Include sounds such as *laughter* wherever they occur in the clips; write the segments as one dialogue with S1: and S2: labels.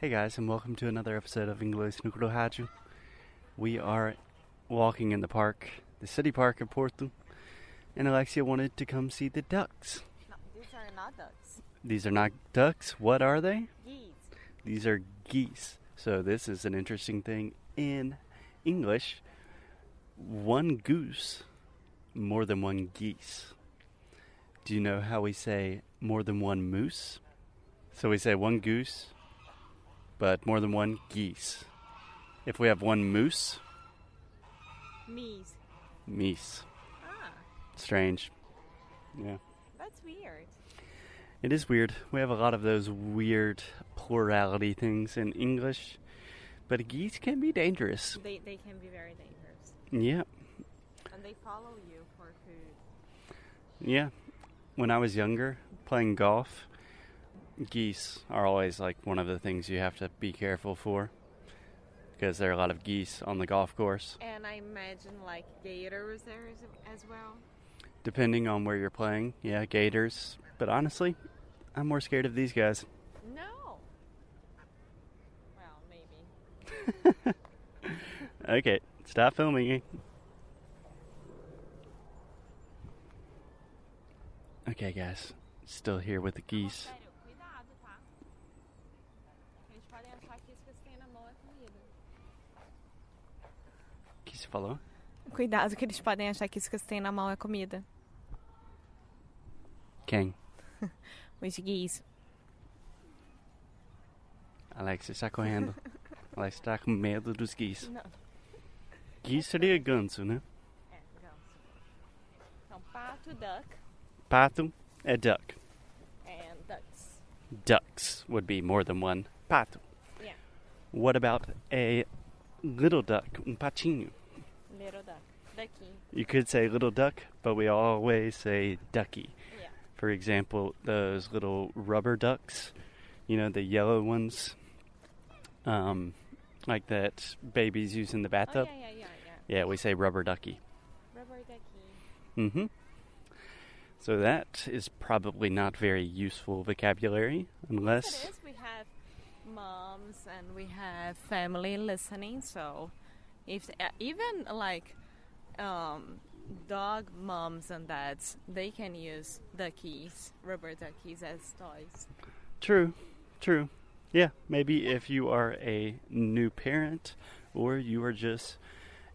S1: Hey guys, and welcome to another episode of Inglês no Rádio. We are walking in the park, the city park in Porto, and Alexia wanted to come see the ducks.
S2: No, these are not ducks.
S1: These are not ducks. What are they?
S2: Geese.
S1: These are geese. So this is an interesting thing in English. One goose, more than one geese. Do you know how we say more than one moose? So we say one goose, but more than one geese. If we have one moose,
S2: Meese.
S1: meese.
S2: Ah,
S1: Strange. Yeah.
S2: that's weird.
S1: It is weird. We have a lot of those weird plurality things in English, but geese can be dangerous.
S2: They, they can be very dangerous.
S1: Yeah,
S2: And they follow you for food.
S1: yeah. When I was younger, playing golf, geese are always like one of the things you have to be careful for because there are a lot of geese on the golf course.
S2: And I imagine like gators there as, as well.
S1: Depending on where you're playing, yeah, gators. But honestly, I'm more scared of these guys. *laughs*
S2: No. Well, maybe.
S1: Okay, stop filming. Okay, guys, still here with the geese.
S2: Sério, cuidado, tá? A gente pode achar que isso que você tem na mão é comida.
S1: O que você falou?
S2: Cuidado que eles podem achar que isso que você tem na mão é comida.
S1: Quem?
S2: Os geese.
S1: Alex está correndo. *laughs* Alex está com medo dos geese.
S2: Não.
S1: Geese seria ganso, né?
S2: É, ganso. Então, pato, duck,
S1: Pato é duck.
S2: and ducks.
S1: Ducks would be more than one. Pato.
S2: Yeah.
S1: What about a little duck? Um patinho.
S2: Little duck. Ducking.
S1: You could say little duck, but we always say ducky.
S2: Yeah.
S1: For example, those little rubber ducks, you know, the yellow ones, um, like that babies use in the
S2: Oh,
S1: bathtub.
S2: yeah, yeah, yeah, yeah.
S1: yeah. we say rubber ducky.
S2: Rubber ducky.
S1: hmm So that is probably not very useful vocabulary,
S2: But it
S1: unless
S2: is, we have moms and we have family listening, so if uh, even like um, dog moms and dads, they can use duckies, rubber duckies as toys.
S1: True, true. Yeah, maybe if you are a new parent or you are just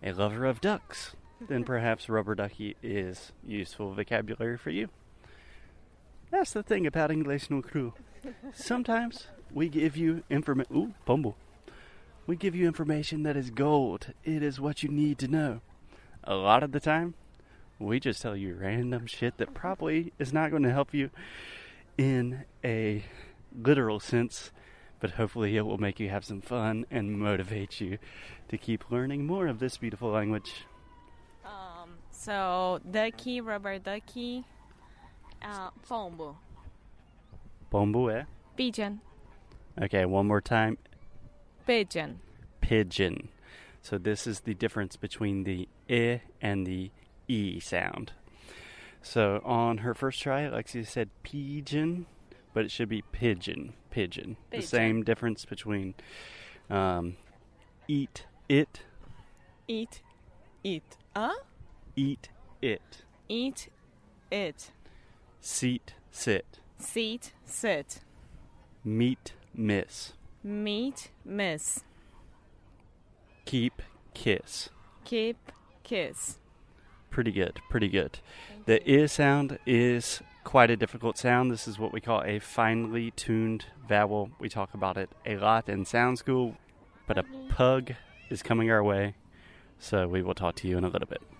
S1: a lover of ducks, then perhaps rubber ducky is useful vocabulary for you. That's the thing about English no crew. Sometimes we give you information. Ooh, bumble. We give you information that is gold. It is what you need to know. A lot of the time, we just tell you random shit that probably is not going to help you in a literal sense, but hopefully it will make you have some fun and motivate you to keep learning more of this beautiful language.
S2: Um, so ducky, rubber ducky, uh, pombo,
S1: Bombue.
S2: pigeon,
S1: Okay, one more time.
S2: pigeon.
S1: Pigeon. So this is the difference between the i and the e sound. So on her first try, Alexia said pigeon, but it should be pigeon. Pigeon. The
S2: Pigeon.
S1: same difference between um, eat it,
S2: Eat, eat, huh?
S1: eat it,
S2: Eat, it.
S1: seat, sit.
S2: Seat, sit.
S1: Meet, miss.
S2: Meet, miss.
S1: Keep, kiss.
S2: Keep, kiss.
S1: Pretty good, pretty good. The I sound is quite a difficult sound. This is what we call a finely tuned vowel. We talk about it a lot in sound school, but a pug is coming our way, so we will talk to you in a little bit.